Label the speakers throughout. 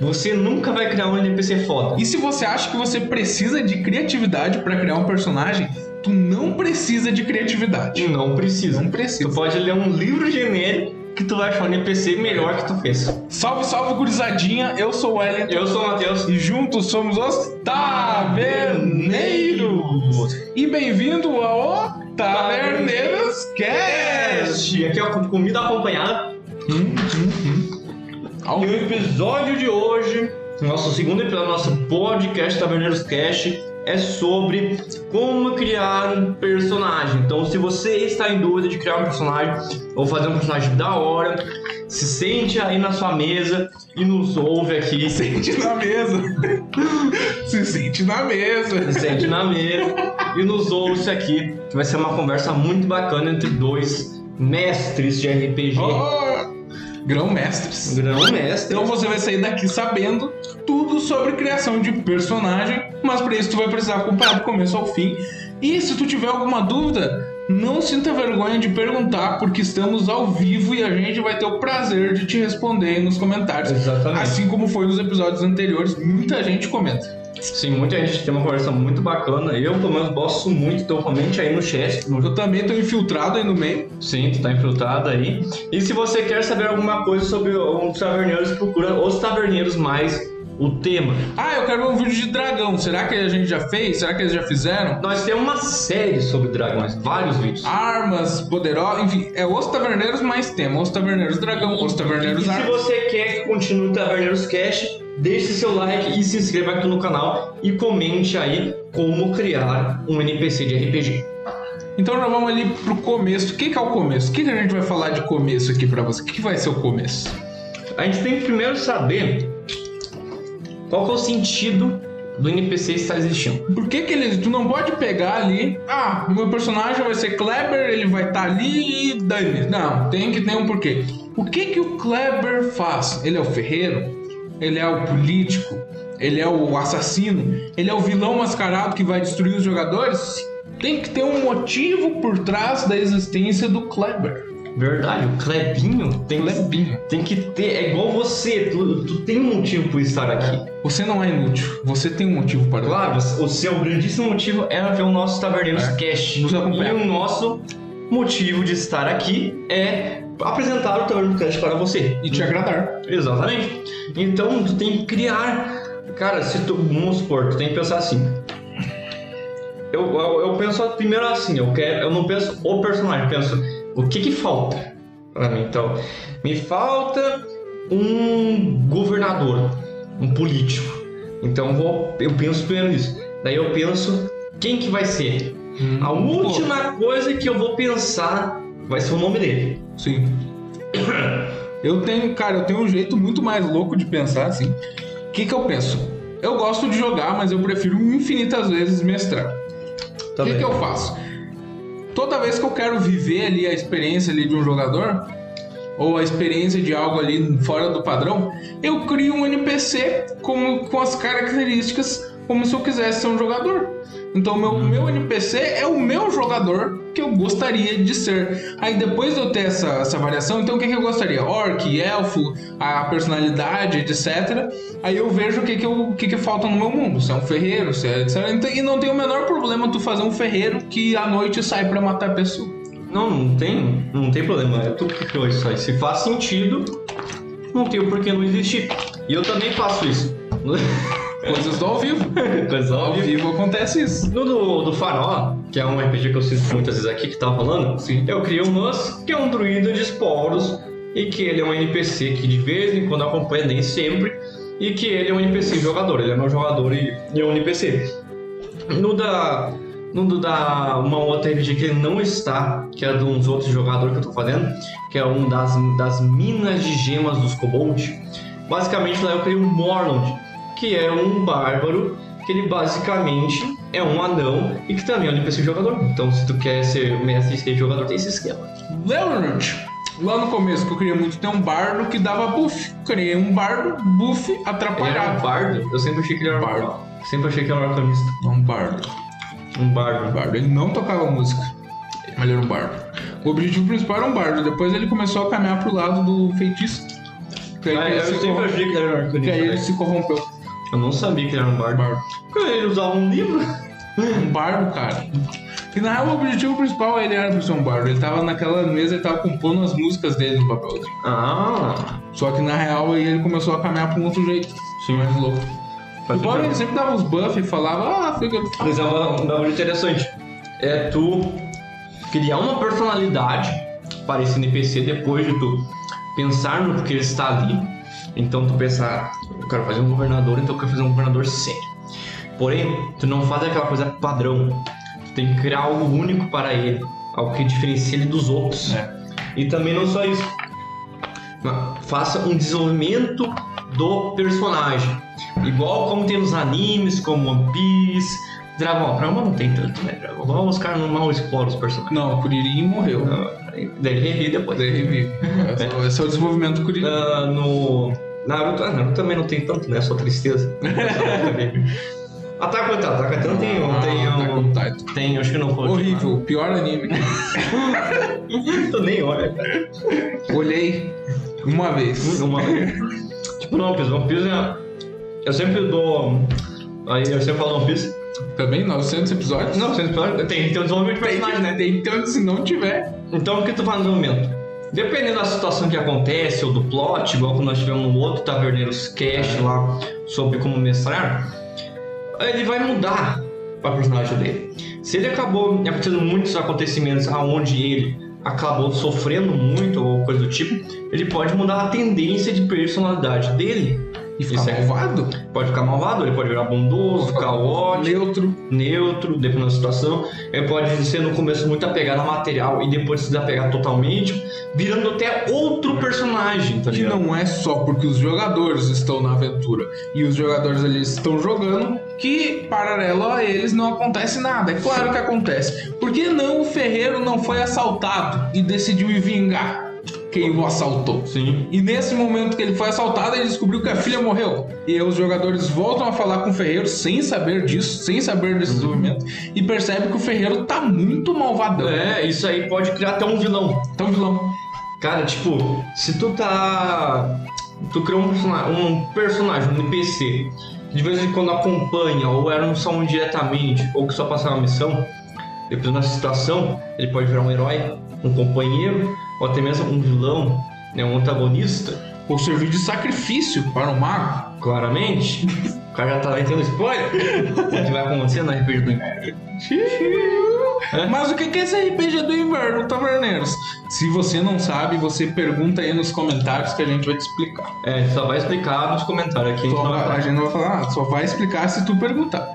Speaker 1: Você nunca vai criar um NPC foda.
Speaker 2: E se você acha que você precisa de criatividade pra criar um personagem, tu não precisa de criatividade.
Speaker 1: E não precisa.
Speaker 2: Não
Speaker 1: Tu
Speaker 2: precisa.
Speaker 1: pode ler um livro genérico que tu vai achar um NPC melhor que tu fez.
Speaker 2: Salve, salve, gurizadinha. Eu sou o Wellington.
Speaker 1: Eu sou o Matheus.
Speaker 2: E juntos somos os Taverneiros. E bem-vindo ao Taverneiros Cast.
Speaker 1: Cast. Aqui é o Comida Acompanhada.
Speaker 2: Hum, hum, hum.
Speaker 1: E
Speaker 2: Ao-
Speaker 1: o episódio de hoje, nosso segundo episódio do nosso podcast Taverneiros Cast, é sobre como criar um personagem. Então, se você está em dúvida de criar um personagem ou fazer um personagem da hora, se sente aí na sua mesa e nos ouve aqui. Se
Speaker 2: Sente na mesa. Se sente na mesa.
Speaker 1: sente na mesa e nos ouve aqui, que vai ser uma conversa muito bacana entre dois mestres de RPG.
Speaker 2: Oh, grão-mestres.
Speaker 1: Grão Um mestre.
Speaker 2: Então você vai sair daqui sabendo tudo sobre criação de personagem, mas para isso tu vai precisar acompanhar do começo ao fim. E se tu tiver alguma dúvida, não sinta vergonha de perguntar, porque estamos ao vivo e a gente vai ter o prazer de te responder aí nos comentários.
Speaker 1: Exatamente.
Speaker 2: Assim como foi nos episódios anteriores, muita gente comenta.
Speaker 1: Sim, muita gente tem uma conversa muito bacana. Eu, pelo menos, gosto muito. Então, comente aí no chat. No...
Speaker 2: Eu também tô infiltrado aí no meio.
Speaker 1: Sim, tu tá infiltrado aí. E se você quer saber alguma coisa sobre os taverneiros, procura os taverneiros mais o tema.
Speaker 2: Ah, eu quero ver um vídeo de dragão. Será que a gente já fez? Será que eles já fizeram?
Speaker 1: Nós temos uma série sobre dragões, vários vídeos.
Speaker 2: Armas, poderosas, enfim, é os taverneiros mais tema. Os taverneiros dragão, os
Speaker 1: E
Speaker 2: taverneiros
Speaker 1: se
Speaker 2: armas.
Speaker 1: você quer que continue o Taverneiros Cast, deixe seu like e se inscreva aqui no canal e comente aí como criar um NPC de RPG.
Speaker 2: Então já vamos ali pro começo. O que, que é o começo? O que, que a gente vai falar de começo aqui pra você? O que, que vai ser o começo?
Speaker 1: A gente tem que primeiro saber qual que é o sentido do NPC estar existindo.
Speaker 2: Por que, que ele, tu não pode pegar ali? Ah, o meu personagem vai ser Kleber, ele vai estar ali e dane. Não, tem que ter um porquê. O que que o Kleber faz? Ele é o ferreiro? Ele é o político? Ele é o assassino? Ele é o vilão mascarado que vai destruir os jogadores? Tem que ter um motivo por trás da existência do Kleber.
Speaker 1: Verdade, o Clebinho tem que,
Speaker 2: Klebinho.
Speaker 1: tem que ter. É igual você, tu, tu tem um motivo por estar aqui.
Speaker 2: Você não é inútil. Você tem um motivo para
Speaker 1: Claro, o seu grandíssimo motivo é ver o nosso Taverneiros
Speaker 2: É.
Speaker 1: Cast.
Speaker 2: Nos
Speaker 1: E
Speaker 2: acompanhar.
Speaker 1: o nosso motivo de estar aqui é apresentar o Taverneiros Cast para você.
Speaker 2: E te agradar.
Speaker 1: Exatamente. Então tu tem que criar. Cara, se tu. Vamos supor, tu tem que pensar assim. Eu, eu, eu penso primeiro assim, eu quero. Eu não penso o personagem, eu penso o que que falta pra mim. Então, me falta um governador, um político. Então eu vou, eu penso primeiro nisso. Daí eu penso quem que vai ser. A
Speaker 2: Hum.
Speaker 1: última coisa que eu vou pensar vai ser o nome dele.
Speaker 2: Sim. Eu tenho, cara, eu tenho um jeito muito mais louco de pensar assim. O que que eu penso? Eu gosto de jogar, mas eu prefiro infinitas vezes mestrar. O que que eu faço? Toda vez que eu quero viver ali a experiência ali de um jogador ou a experiência de algo ali fora do padrão, eu crio um NPC com, com as características como se eu quisesse ser um jogador. Então meu meu NPC é o meu jogador que eu gostaria de ser. Aí depois de eu ter essa, essa variação, então o que, que eu gostaria? Orc, elfo, a personalidade, etc. Aí eu vejo o que que, eu, o que que falta no meu mundo. Se é um ferreiro, se é, etc. Então, E não tem o menor problema tu fazer um ferreiro que à noite sai pra matar pessoa.
Speaker 1: Não, não tem, não tem problema. É tudo que criou isso aí. Se faz sentido, não tem o porquê não existir. E eu também faço isso.
Speaker 2: Coisas do ao vivo.
Speaker 1: Coisa
Speaker 2: Ao
Speaker 1: óbvia.
Speaker 2: vivo acontece isso.
Speaker 1: No do, do Farol, que é um RPG que eu cito muitas vezes aqui, que tava falando,
Speaker 2: Sim.
Speaker 1: eu criei um Mus, que é um druida de esporos, e que ele é um NPC que de vez em quando acompanha, nem sempre, e que ele é um NPC jogador, ele é meu jogador e, e é um NPC. No da. No do da. Uma outra RPG que ele não está, que é de uns outros jogadores que eu tô fazendo, que é um das, das minas de gemas dos Kobold. Basicamente lá eu criei um Morland, que é um bárbaro, que ele basicamente é um anão e que também é um NPC jogador. Então se tu quer ser mestre e ser jogador, tem esse esquema.
Speaker 2: Leonard, lá no começo que eu queria muito ter um bardo que dava buff. Criei um bardo, buff,
Speaker 1: Ele era um
Speaker 2: atrapalhado.
Speaker 1: bardo? Eu sempre achei que ele era um
Speaker 2: Bardo.
Speaker 1: bardo. Sempre achei que ele era um alquimista.
Speaker 2: Um bardo.
Speaker 1: Um bardo.
Speaker 2: bardo. Ele não tocava música, mas ele era um bardo. O objetivo principal era um bardo. Depois ele começou a caminhar pro lado do feitiço. Que aí
Speaker 1: Ah,
Speaker 2: ele
Speaker 1: eu
Speaker 2: se
Speaker 1: sempre
Speaker 2: corrom-
Speaker 1: achei que ele era um
Speaker 2: que aí ele
Speaker 1: arcanista.
Speaker 2: se corrompeu.
Speaker 1: Eu não sabia que ele era um bardo.
Speaker 2: Bardo.
Speaker 1: Porque ele usava um livro.
Speaker 2: Um bardo, cara. E na real, o objetivo principal ele era pra ser um bardo. Ele tava naquela mesa e tava compondo as músicas dele no papelzinho.
Speaker 1: Ah,
Speaker 2: Só que na real aí ele começou a caminhar pra um outro jeito. Sim, mais louco. O
Speaker 1: Faz
Speaker 2: Bob
Speaker 1: sentido.
Speaker 2: ele sempre dava os buffs e falava, ah, fica.
Speaker 1: Mas é uma, um bagulho interessante. É tu criar uma personalidade para esse NPC depois de tu pensar no que ele está ali. Então tu pensar, eu quero fazer um governador, então eu quero fazer um governador sério. Porém, tu não faz aquela coisa padrão. Tu tem que criar algo único para ele, algo que diferencie ele dos outros.
Speaker 2: É.
Speaker 1: E também não só isso. mas Faça um desenvolvimento do personagem. Igual como tem nos animes, como One Piece, Dragon Ball não tem tanto, né? Dragon Ball os caras não mal exploram os personagens. né?
Speaker 2: Não, o Kuririn morreu.
Speaker 1: Daí ele revive depois.
Speaker 2: Mas aí revive. Esse é o- Esse é o desenvolvimento do Kuririn.
Speaker 1: Ah, no Naruto, ah, Naruto também não tem tanto, né? Só tristeza. Ataque on Titan, Ataque on Titan tem, um- tem,
Speaker 2: Ah, Attack on
Speaker 1: um-
Speaker 2: Titan.
Speaker 1: tem, acho que não foi.
Speaker 2: Horrível, o pior anime.
Speaker 1: né? Tu nem olha, cara.
Speaker 2: Olhei uma vez.
Speaker 1: Uma... tipo, não, One Piece, One Piece é... Eu sempre dou... Aí eu sempre falo One Piece.
Speaker 2: Também 900 episódios?
Speaker 1: Não, sem spoiler, tem que ter um desenvolvimento de
Speaker 2: tem,
Speaker 1: personagem, né?
Speaker 2: tem tanto se não tiver.
Speaker 1: Então o que tu faz no momento? Dependendo da situação que acontece ou do plot, igual quando nós tivemos no outro Taverneiros Cash lá sobre como mestrar, ele vai mudar para personagem dele. Se ele acabou acontecendo muitos acontecimentos aonde ele acabou sofrendo muito ou coisa do tipo, ele pode mudar a tendência de personalidade dele.
Speaker 2: E ficar
Speaker 1: Isso é-
Speaker 2: Tá malvado?
Speaker 1: Pode ficar malvado, ele pode virar bondoso, caótico
Speaker 2: Neutro.
Speaker 1: neutro, dependendo da situação. Ele pode ser no começo muito apegado ao material e depois se desapegar totalmente, virando até outro personagem, tá
Speaker 2: Que
Speaker 1: ligado?
Speaker 2: não é só porque os jogadores estão na aventura e os jogadores ali estão jogando que, paralelo a eles, não acontece nada. É claro que acontece. Por que não o ferreiro não foi assaltado e decidiu ir vingar quem o assaltou?
Speaker 1: Sim.
Speaker 2: E nesse momento que ele foi assaltado, ele descobriu que a filha morreu. E aí os jogadores voltam a falar com o Ferreiro sem saber disso, sem saber
Speaker 1: Uhum.
Speaker 2: desse desenvolvimento, e percebe que o Ferreiro tá muito malvadão.
Speaker 1: É, isso aí pode criar até um vilão.
Speaker 2: Então, vilão.
Speaker 1: Cara, tipo, se tu tá. Tu criou um personagem, um personagem, um NPC, que de vez em quando acompanha, ou era um só um diretamente, ou que só passava uma missão, dependendo da situação, ele pode virar um herói, um companheiro, ou até mesmo um vilão, né, um antagonista.
Speaker 2: Ou servir de sacrifício para o mago.
Speaker 1: Claramente, o cara já tá metendo spoiler. o que vai né, acontecer no RPG do Inferno?
Speaker 2: Mas o que que é esse RPG do inverno, Taverneiros? Se você não sabe, você pergunta aí nos comentários que a gente vai te explicar.
Speaker 1: É, só vai explicar nos comentários aqui. a gente
Speaker 2: Só
Speaker 1: não
Speaker 2: Então vai-
Speaker 1: vai
Speaker 2: a
Speaker 1: falar.
Speaker 2: gente não vai falar nada, só vai explicar se tu perguntar.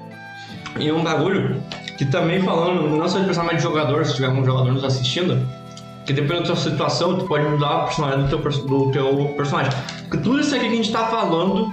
Speaker 1: E um bagulho que também falando, não só de personagem, mas de jogador, se tiver algum jogador nos assistindo, que dependendo da tua situação, tu pode mudar o personagem do teu, perso- do teu personagem. Porque tudo isso aqui que a gente tá falando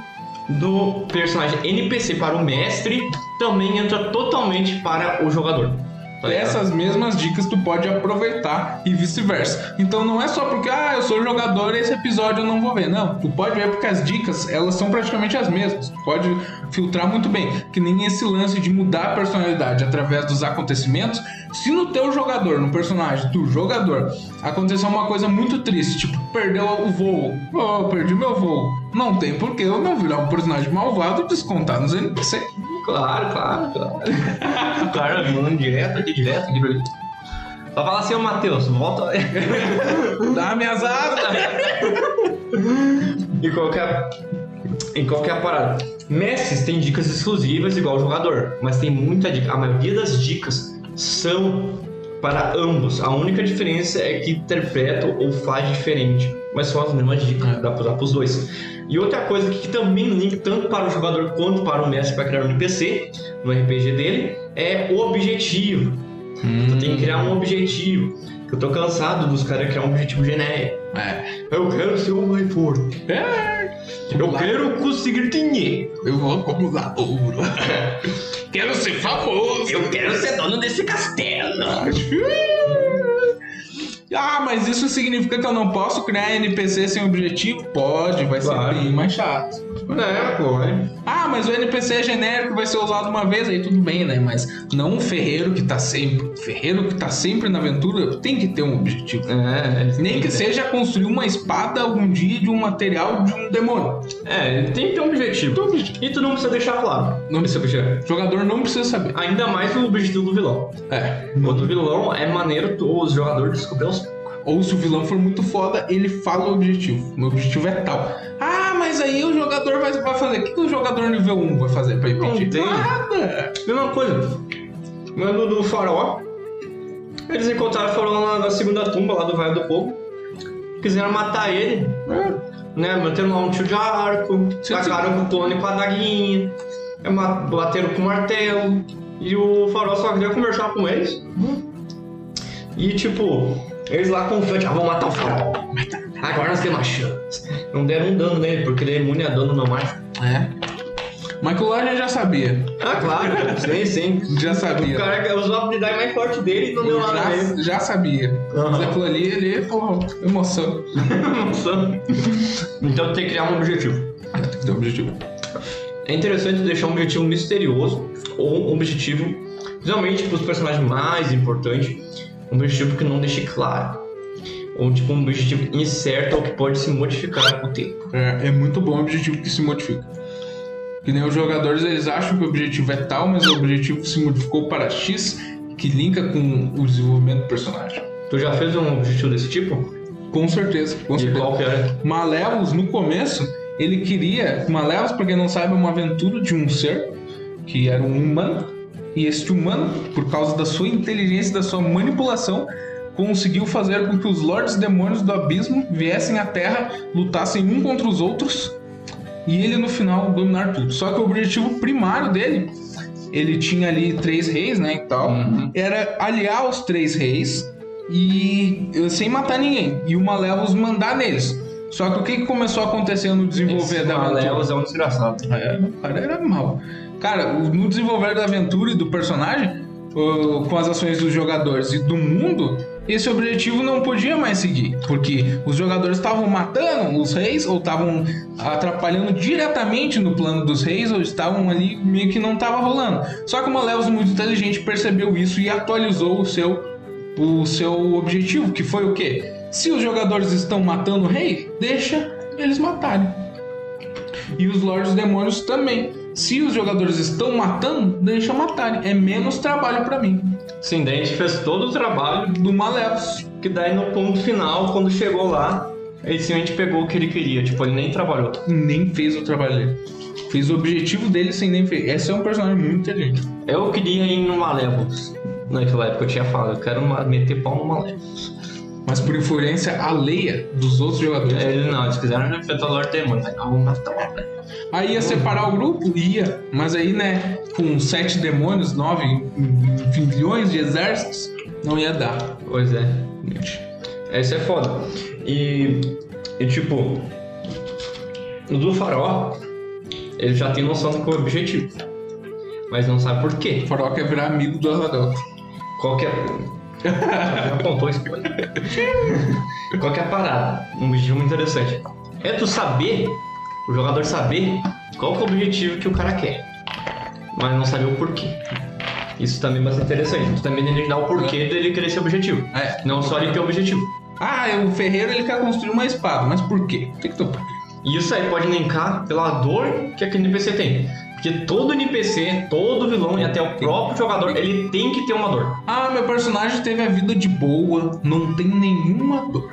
Speaker 1: do personagem NPC para o mestre também entra totalmente para o jogador. Tá ligado?
Speaker 2: Essas mesmas dicas tu pode aproveitar e vice-versa. Então não é só porque, ah, eu sou jogador e esse episódio eu não vou ver. Não, tu pode ver porque as dicas, elas são praticamente as mesmas. Tu pode filtrar muito bem. Que nem esse lance de mudar a personalidade através dos acontecimentos. Se no teu jogador, no personagem do jogador, aconteceu uma coisa muito triste, tipo, perdeu o voo. Oh, perdi meu voo. Não tem porquê eu não virar um personagem malvado e descontar nos NPC.
Speaker 1: Claro, claro, claro. o cara vindo direto aqui, direto aqui pra ele. Só fala assim, ô Matheus, volta.
Speaker 2: Dá minhas asas!
Speaker 1: e é qualquer. Em qualquer é parada. Mestres têm dicas exclusivas igual jogador, mas tem muita dica. A maioria das dicas são para ambos. A única diferença é que interpretam ou faz diferente. Mas são as mesmas dicas, dá pra usar pros dois. E outra coisa que também link tanto para o jogador quanto para o mestre para criar um NPC no RPG dele é o objetivo. Tu tem que criar um objetivo. Eu tô cansado dos caras criar um objetivo genérico.
Speaker 2: É.
Speaker 1: Eu quero ser o mais forte. É. Eu
Speaker 2: Lá-
Speaker 1: quero conseguir dinheiro.
Speaker 2: Eu vou acumular ouro. Quero ser famoso.
Speaker 1: quero ser dono desse castelo.
Speaker 2: Ah, mas isso significa que eu não posso criar NPC sem objetivo? Pode, vai
Speaker 1: Claro.
Speaker 2: ser bem mais chato.
Speaker 1: É, pô. é.
Speaker 2: Ah, mas o NPC é genérico, vai ser usado uma vez, aí tudo bem, né? Mas não um ferreiro que tá sempre. Ferreiro que tá sempre na aventura tem que ter um objetivo.
Speaker 1: É, ele
Speaker 2: Nem
Speaker 1: tem
Speaker 2: que seja construir uma espada algum dia de um material de um demônio.
Speaker 1: É, ele tem que ter um objetivo. E tu não precisa deixar claro.
Speaker 2: Não precisa.
Speaker 1: deixar.
Speaker 2: O jogador não precisa saber.
Speaker 1: Ainda mais o objetivo do vilão.
Speaker 2: É.
Speaker 1: O do vilão é maneiro tu, os jogadores descobrir os.
Speaker 2: Ou se o vilão for muito foda, ele fala o objetivo. Meu objetivo é tal. Ah, mas aí o jogador vai, vai fazer. O que, que o jogador nível 1 vai fazer pra
Speaker 1: Não
Speaker 2: impedir?
Speaker 1: tem.
Speaker 2: Nada!
Speaker 1: Mesma coisa. Mas no do farol, eles encontraram, foram lá na segunda tumba lá do Vale do Povo. Quiseram matar ele,
Speaker 2: É.
Speaker 1: né? Manteram lá um tiro de arco,
Speaker 2: Sim,
Speaker 1: tacaram com o clone com a adaguinha, é, ma- bateram com o martelo. E o farol só queria conversar com eles. E tipo, eles lá confiantes, ah, vão matar o farol. Agora nós temos uma chance. Não deram um dano nele, porque ele é imune a dano não mágico.
Speaker 2: É. Mas que o Lodge já sabia.
Speaker 1: Ah, claro, sim, sim.
Speaker 2: Já
Speaker 1: O
Speaker 2: sabia.
Speaker 1: cara usou a habilidade mais forte dele e não deu nada nele.
Speaker 2: já, já sabia.
Speaker 1: Aham.
Speaker 2: Mas aquilo ali, ele falou, emoção.
Speaker 1: então tem que criar um objetivo.
Speaker 2: Tem que ter um objetivo.
Speaker 1: É interessante deixar um objetivo misterioso ou um objetivo, geralmente para os personagens mais importantes, um objetivo que não deixe claro. Ou tipo um objetivo incerto ou que pode se modificar com o tempo.
Speaker 2: É, é muito bom o objetivo que se modifica. Que nem os jogadores, eles acham que o objetivo é tal, mas o objetivo se modificou para X, que linka com o desenvolvimento do personagem.
Speaker 1: Tu já fez um objetivo desse tipo?
Speaker 2: Com certeza, com
Speaker 1: De
Speaker 2: certeza.
Speaker 1: qual que é? era?
Speaker 2: Malevos, no começo, ele queria. Malevos, pra quem não sabe, é uma aventura de um ser que era um humano. E este humano, por causa da sua inteligência e da sua manipulação, conseguiu fazer com que os Lordes Demônios do Abismo viessem à Terra, lutassem um contra os outros e ele no final dominar tudo. Só que o objetivo primário dele, ele tinha ali três reis, né, e tal,
Speaker 1: Uhum.
Speaker 2: era aliar os três reis e eh, sem matar ninguém e o Malevos mandar neles. Só que o que, que começou a acontecer no desenvolver
Speaker 1: Esse
Speaker 2: da aventura?
Speaker 1: Malevos é um desgraçado.
Speaker 2: É, o cara era mal. Cara, o- no desenvolver da aventura e do personagem, o- com as ações dos jogadores e do mundo, esse objetivo não podia mais seguir. Porque os jogadores estavam matando os reis, ou estavam atrapalhando diretamente no plano dos reis, ou estavam ali meio que não estava rolando. Só que o Malevos muito inteligente percebeu isso e atualizou o seu o seu objetivo, que foi o quê? Se os jogadores estão matando o rei, deixa eles matarem. E os Lordes Demônios também. Se os jogadores estão matando, deixa matarem. É menos trabalho pra mim.
Speaker 1: Sim, daí a gente fez todo o trabalho
Speaker 2: Do Malevos.
Speaker 1: Que daí no ponto final, quando chegou lá, ele simplesmente pegou o que ele queria. Tipo, ele nem trabalhou.
Speaker 2: Nem fez o trabalho dele. Fez o objetivo dele sem nem fez. Esse é um personagem muito inteligente.
Speaker 1: Eu queria ir no Malévolos. Naquela época eu tinha falado, eu quero ma- meter pau no Malévolos.
Speaker 2: Mas por influência alheia dos outros jogadores.
Speaker 1: Aí Ele não, eles quiseram enfrentar o Lord Demônio. Mas não, vou matar o Malévolos.
Speaker 2: Aí ia separar o grupo? Ia. Mas aí, né, com sete demônios, nove enfim, milhões de exércitos, não ia dar.
Speaker 1: Pois é. É, Isso é foda. E, e tipo, no do farol, ele já tem noção do que é o objetivo. Mas não sabe por quê.
Speaker 2: O Farol quer virar amigo do Arnaldo.
Speaker 1: Qual que é. Já apontou spoiler. Qual que é a parada? Um objetivo muito interessante. É tu saber, o jogador saber qual que é o objetivo que o cara quer. Mas não saber o porquê. Isso também é bastante interessante. Tu também tem que dar o porquê dele querer esse objetivo.
Speaker 2: É.
Speaker 1: Não só ele ter o objetivo.
Speaker 2: Ah, o ferreiro ele quer construir uma espada. Mas por quê? Tem que ter um porquê.
Speaker 1: E isso aí pode linkar pela dor que aquele NPC tem. Porque todo NPC, todo vilão e até o próprio jogador, ele tem que ter uma dor.
Speaker 2: Ah, meu personagem teve a vida de boa, não tem nenhuma dor.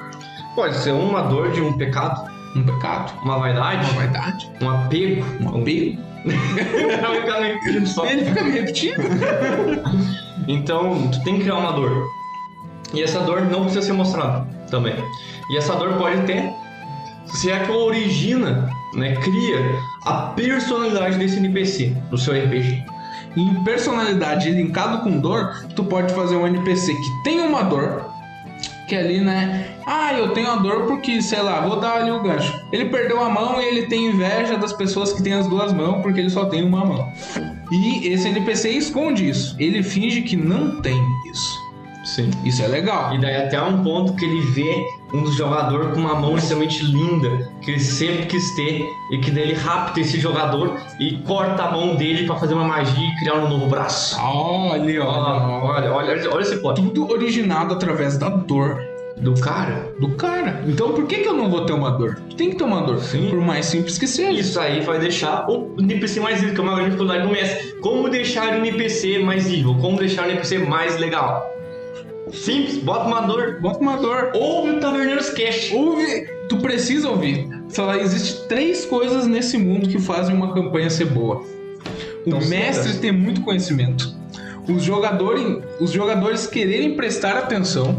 Speaker 1: Pode ser uma dor de um pecado,
Speaker 2: Um pecado,
Speaker 1: uma vaidade,
Speaker 2: uma vaidade,
Speaker 1: Um apego.
Speaker 2: um apego.
Speaker 1: Pra ficar meio só.
Speaker 2: Ele fica me repetindo.
Speaker 1: Então, tu tem que criar uma dor. E essa dor não precisa ser mostrada também. E essa dor pode ter, se é que ela origina, né, cria a personalidade desse NPC no seu RPG.
Speaker 2: Em personalidade linkado com dor, tu pode fazer um NPC que tem uma dor, que ali, né? Ah, eu tenho a dor porque, sei lá, vou dar ali o gancho. Ele perdeu a mão e ele tem inveja das pessoas que têm as duas mãos porque ele só tem uma mão. E esse NPC esconde isso. Ele finge que não tem isso.
Speaker 1: Sim.
Speaker 2: Isso é legal.
Speaker 1: E daí até um ponto que ele vê um dos jogadores com uma mão extremamente linda, que ele sempre quis ter, e que daí ele rapta esse jogador e corta a mão dele pra fazer uma magia e criar um novo braço. Olha,
Speaker 2: Olha, olha.
Speaker 1: Ah, olha, olha, olha esse plot.
Speaker 2: Tudo originado através da dor
Speaker 1: Do cara.
Speaker 2: do cara. Então por que, que eu não vou ter uma dor? Tem que ter uma dor.
Speaker 1: Sim.
Speaker 2: Por mais simples que seja.
Speaker 1: Isso aí vai deixar o NPC mais vivo, que é uma grande dificuldade do mestre. Como deixar o NPC mais vivo? Como deixar o NPC mais legal? Simples, bota uma dor. um
Speaker 2: Bota uma dor.
Speaker 1: Ouve o Taverneiros Cash.
Speaker 2: Ouve, tu precisa ouvir. Sei lá, existe três coisas nesse mundo que fazem uma campanha ser boa. O
Speaker 1: Então,
Speaker 2: mestre
Speaker 1: sim.
Speaker 2: ter muito conhecimento. Os jogadores, os jogadores quererem prestar atenção.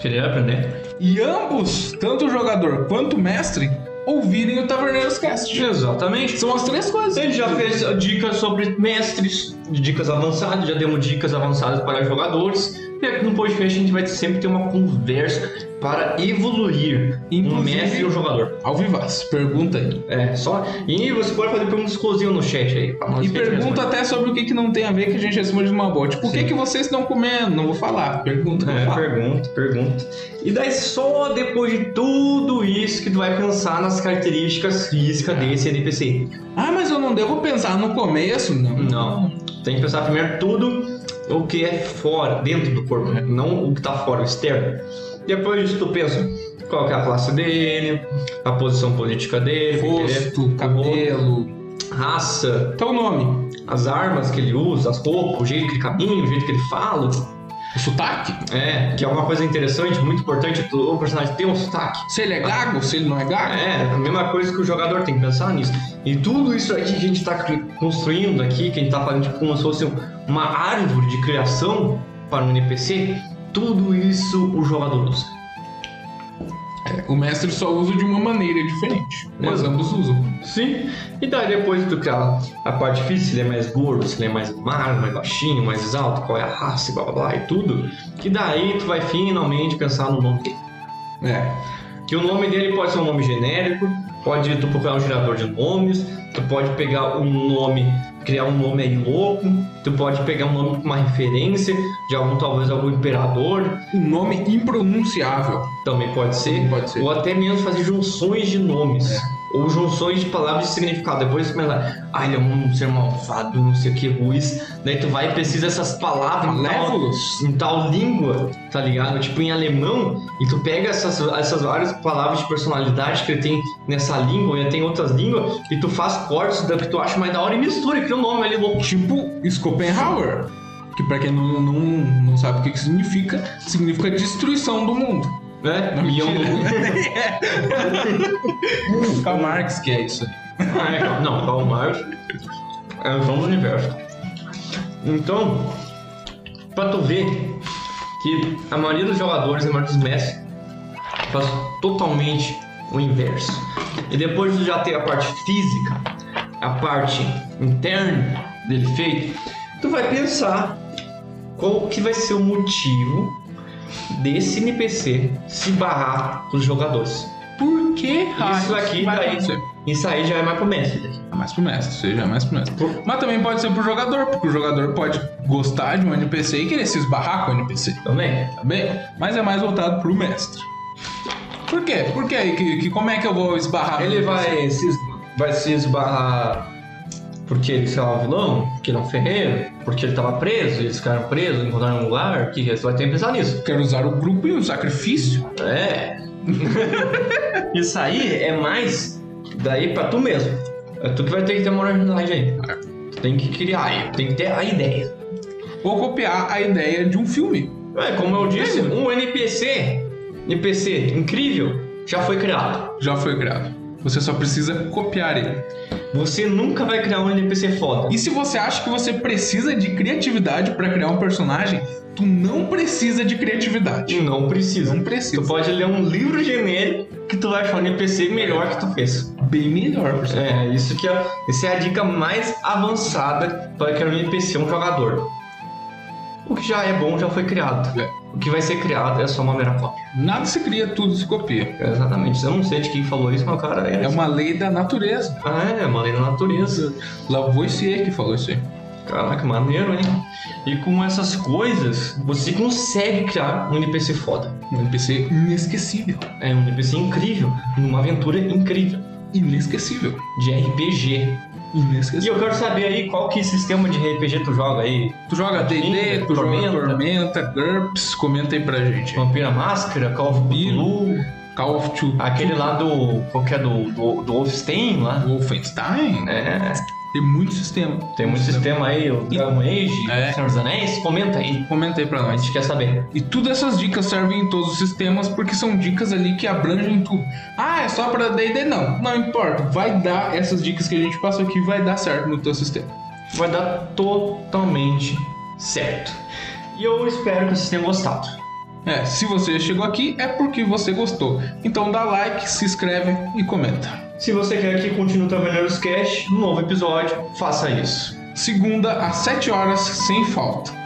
Speaker 1: Queria aprender?
Speaker 2: E ambos, tanto o jogador quanto o mestre, ouvirem o Taverneiros Cast.
Speaker 1: Exatamente.
Speaker 2: São as três coisas.
Speaker 1: Ele já fez dicas sobre mestres, dicas avançadas, já demos dicas avançadas para jogadores. E aqui no podcast a gente vai sempre ter uma conversa para evoluir um
Speaker 2: Inclusive-
Speaker 1: mestre e um jogador.
Speaker 2: Alvivaz, pergunta aí.
Speaker 1: É, só. E você pode fazer perguntas exclusivas no chat aí. pra nós
Speaker 2: E
Speaker 1: que a gente
Speaker 2: pergunta até sobre o que, que não tem a ver que a gente responde numa boa. Tipo, o que,
Speaker 1: Sim.
Speaker 2: que vocês estão comendo? Não vou falar. Pergunta, não
Speaker 1: É,
Speaker 2: fala.
Speaker 1: pergunta, pergunta. E daí só depois de tudo isso que tu vai pensar nas características físicas desse NPC.
Speaker 2: Ah, mas eu não devo pensar no começo? Não.
Speaker 1: Não. Tem que pensar primeiro tudo o que é fora, dentro do corpo, não o que tá fora, o externo. Depois disso tu pensa qual que é a classe dele, a posição política dele, o que que ele
Speaker 2: Rosto, cabelo.
Speaker 1: é, raça,
Speaker 2: Então o nome.
Speaker 1: as armas que ele usa, as roupas, o jeito que ele caminha, o jeito que ele fala.
Speaker 2: O sotaque.
Speaker 1: É, que é uma coisa interessante, muito importante, o personagem tem um sotaque.
Speaker 2: Se ele é gago, se ele não é gago.
Speaker 1: É, a mesma coisa que o jogador tem que pensar nisso. E tudo isso aqui que a gente está construindo aqui, que a gente está falando tipo, como se fosse uma árvore de criação para um NPC, tudo isso o jogador usa. É.
Speaker 2: O mestre só usa de uma maneira diferente. Mas
Speaker 1: Exato.
Speaker 2: ambos usam.
Speaker 1: Sim. E daí depois tu criar a parte física, se ele é mais gordo, se ele é mais magro, mais baixinho, mais alto, qual é a raça, e blá blá blá e tudo. Que daí tu vai finalmente pensar no nome dele.
Speaker 2: É.
Speaker 1: Que o nome dele pode ser um nome genérico, pode tu procurar um gerador de nomes, tu pode pegar um nome, criar um nome aí louco, tu pode pegar um nome com uma referência de algum, talvez algum imperador,
Speaker 2: Um nome impronunciável.
Speaker 1: também pode ser,
Speaker 2: Pode ser.
Speaker 1: ou até mesmo fazer junções de nomes. Ou junções de palavras de significado. Depois tu pensa, ah, ele é um ser malvado, não sei o que, Ruiz. Daí tu vai e pesquisa essas palavras. tal-
Speaker 2: Malévolos.
Speaker 1: em tal língua, tá ligado? Tipo em alemão, e tu pega essas, essas várias palavras de personalidade que ele tem nessa língua, e tem outras línguas, e tu faz cortes da que tu acha mais da hora e mistura, e cria um nome ali louco.
Speaker 2: Tipo Schopenhauer. Que pra quem não, não, não sabe o que, que significa, significa destruição do mundo.
Speaker 1: Né?
Speaker 2: Não,
Speaker 1: E é um
Speaker 2: mentira.
Speaker 1: nome-
Speaker 2: Karl Marx que é isso aí.
Speaker 1: Ah, é, calma. não, Karl Marx é o João do Universo. Então, pra tu ver que a maioria dos jogadores, a maioria dos mestres, faz totalmente o inverso. E depois de já ter a parte física, a parte interna dele feito, tu vai pensar qual que vai ser o motivo desse NPC se barrar com os jogadores.
Speaker 2: Por que raios
Speaker 1: aqui
Speaker 2: vai
Speaker 1: daí-
Speaker 2: acontecer?
Speaker 1: Isso aí já é mais pro mestre. daí.
Speaker 2: É mais pro mestre, seja é mais pro mestre.
Speaker 1: Por-
Speaker 2: Mas também pode ser pro jogador, porque o jogador pode gostar de um NPC e querer se esbarrar com o NPC,
Speaker 1: Também.
Speaker 2: tá bem? Mas é mais voltado pro mestre. Por quê? Por quê? Que, que- como é que eu vou esbarrar com
Speaker 1: Ele
Speaker 2: o NPC?
Speaker 1: vai se, vai se esbarrar porque ele, sei lá, um vilão, porque ele é um ferreiro, porque ele tava preso, e eles ficaram presos, encontraram um lugar, que você vai ter que pensar nisso.
Speaker 2: Quero usar o grupo e o sacrifício.
Speaker 1: É. Isso aí é mais daí pra tu mesmo. É tu que vai ter que ter uma originalidade aí. Tu tem que criar, aí, tem que ter a ideia.
Speaker 2: Ou copiar a ideia de um filme.
Speaker 1: É, como eu disse, um NPC, NPC incrível, já foi criado.
Speaker 2: Já foi criado. Você só precisa copiar ele.
Speaker 1: Você nunca vai criar um NPC foda.
Speaker 2: E se você acha que você precisa de criatividade pra criar um personagem, tu não precisa de criatividade.
Speaker 1: E não precisa.
Speaker 2: Não
Speaker 1: Tu
Speaker 2: precisa.
Speaker 1: pode ler um livro genérico que tu vai achar um NPC melhor que tu fez.
Speaker 2: Bem melhor, por sinal.
Speaker 1: É, isso que é, essa é a dica mais avançada para criar um NPC um jogador. O que já é bom já foi criado.
Speaker 2: É.
Speaker 1: O que vai ser criado é só uma mera cópia.
Speaker 2: Nada se cria, tudo se copia.
Speaker 1: Exatamente. Eu não sei de quem falou isso, mas o cara é.
Speaker 2: um É uma lei da natureza.
Speaker 1: Ah, é, uma lei da natureza.
Speaker 2: Lavoisier que falou isso aí.
Speaker 1: Caraca, maneiro, hein? E com essas coisas, você consegue criar um NPC foda.
Speaker 2: Um NPC inesquecível.
Speaker 1: É um NPC incrível, numa aventura incrível,
Speaker 2: Inesquecível.
Speaker 1: de RPG. E
Speaker 2: Inesquecível.
Speaker 1: eu quero saber aí qual que sistema de RPG tu joga aí.
Speaker 2: Tu joga D&D, tu
Speaker 1: Tormenta.
Speaker 2: joga Tormenta, GURPS, comenta aí pra gente.
Speaker 1: Vampira Máscara, Call of
Speaker 2: Vampiro.
Speaker 1: Cthulhu,
Speaker 2: Call of Duty,
Speaker 1: aquele lá do... qual que é? Do, do, do Wolfenstein lá.
Speaker 2: Wolfenstein, né?
Speaker 1: É,
Speaker 2: tem muito sistema.
Speaker 1: tem muito sistema aí, o Dragon Age,
Speaker 2: É.
Speaker 1: Senhor dos Anéis, comenta aí.
Speaker 2: Comenta aí pra
Speaker 1: A
Speaker 2: nós.
Speaker 1: gente quer saber.
Speaker 2: E todas essas dicas servem em todos os sistemas porque são dicas ali que abrangem tudo. Ah, é só pra D&D? Não, não importa. Vai dar, essas dicas que a gente passou aqui vai dar certo no teu sistema.
Speaker 1: Vai dar totalmente certo. E eu espero que vocês tenham gostado.
Speaker 2: É, se você chegou aqui é porque você gostou. Então dá like, se inscreve e comenta.
Speaker 1: Se você quer que continue trabalhando os cash, um novo episódio, faça isso.
Speaker 2: Segunda às 7 horas, sem falta.